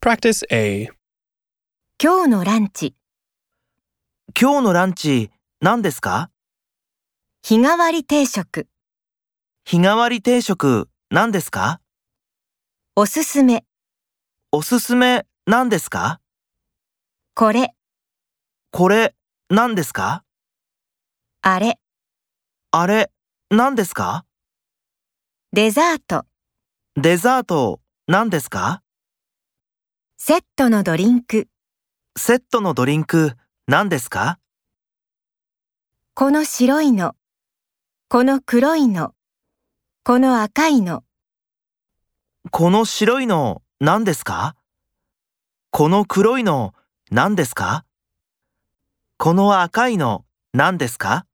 Practice A. 今日のランチ、今日のランチ何ですか日替わり定食、日替わり定食何ですかおすすめ、おすすめ何ですかこれ、これ何ですかあれ、あれ何ですかデザート、デザート何ですかセットのドリンク。セットのドリンク何ですかこの白いの、この黒いの、この赤いの、この白いの何ですかこの黒いの何ですかこの赤いの何ですか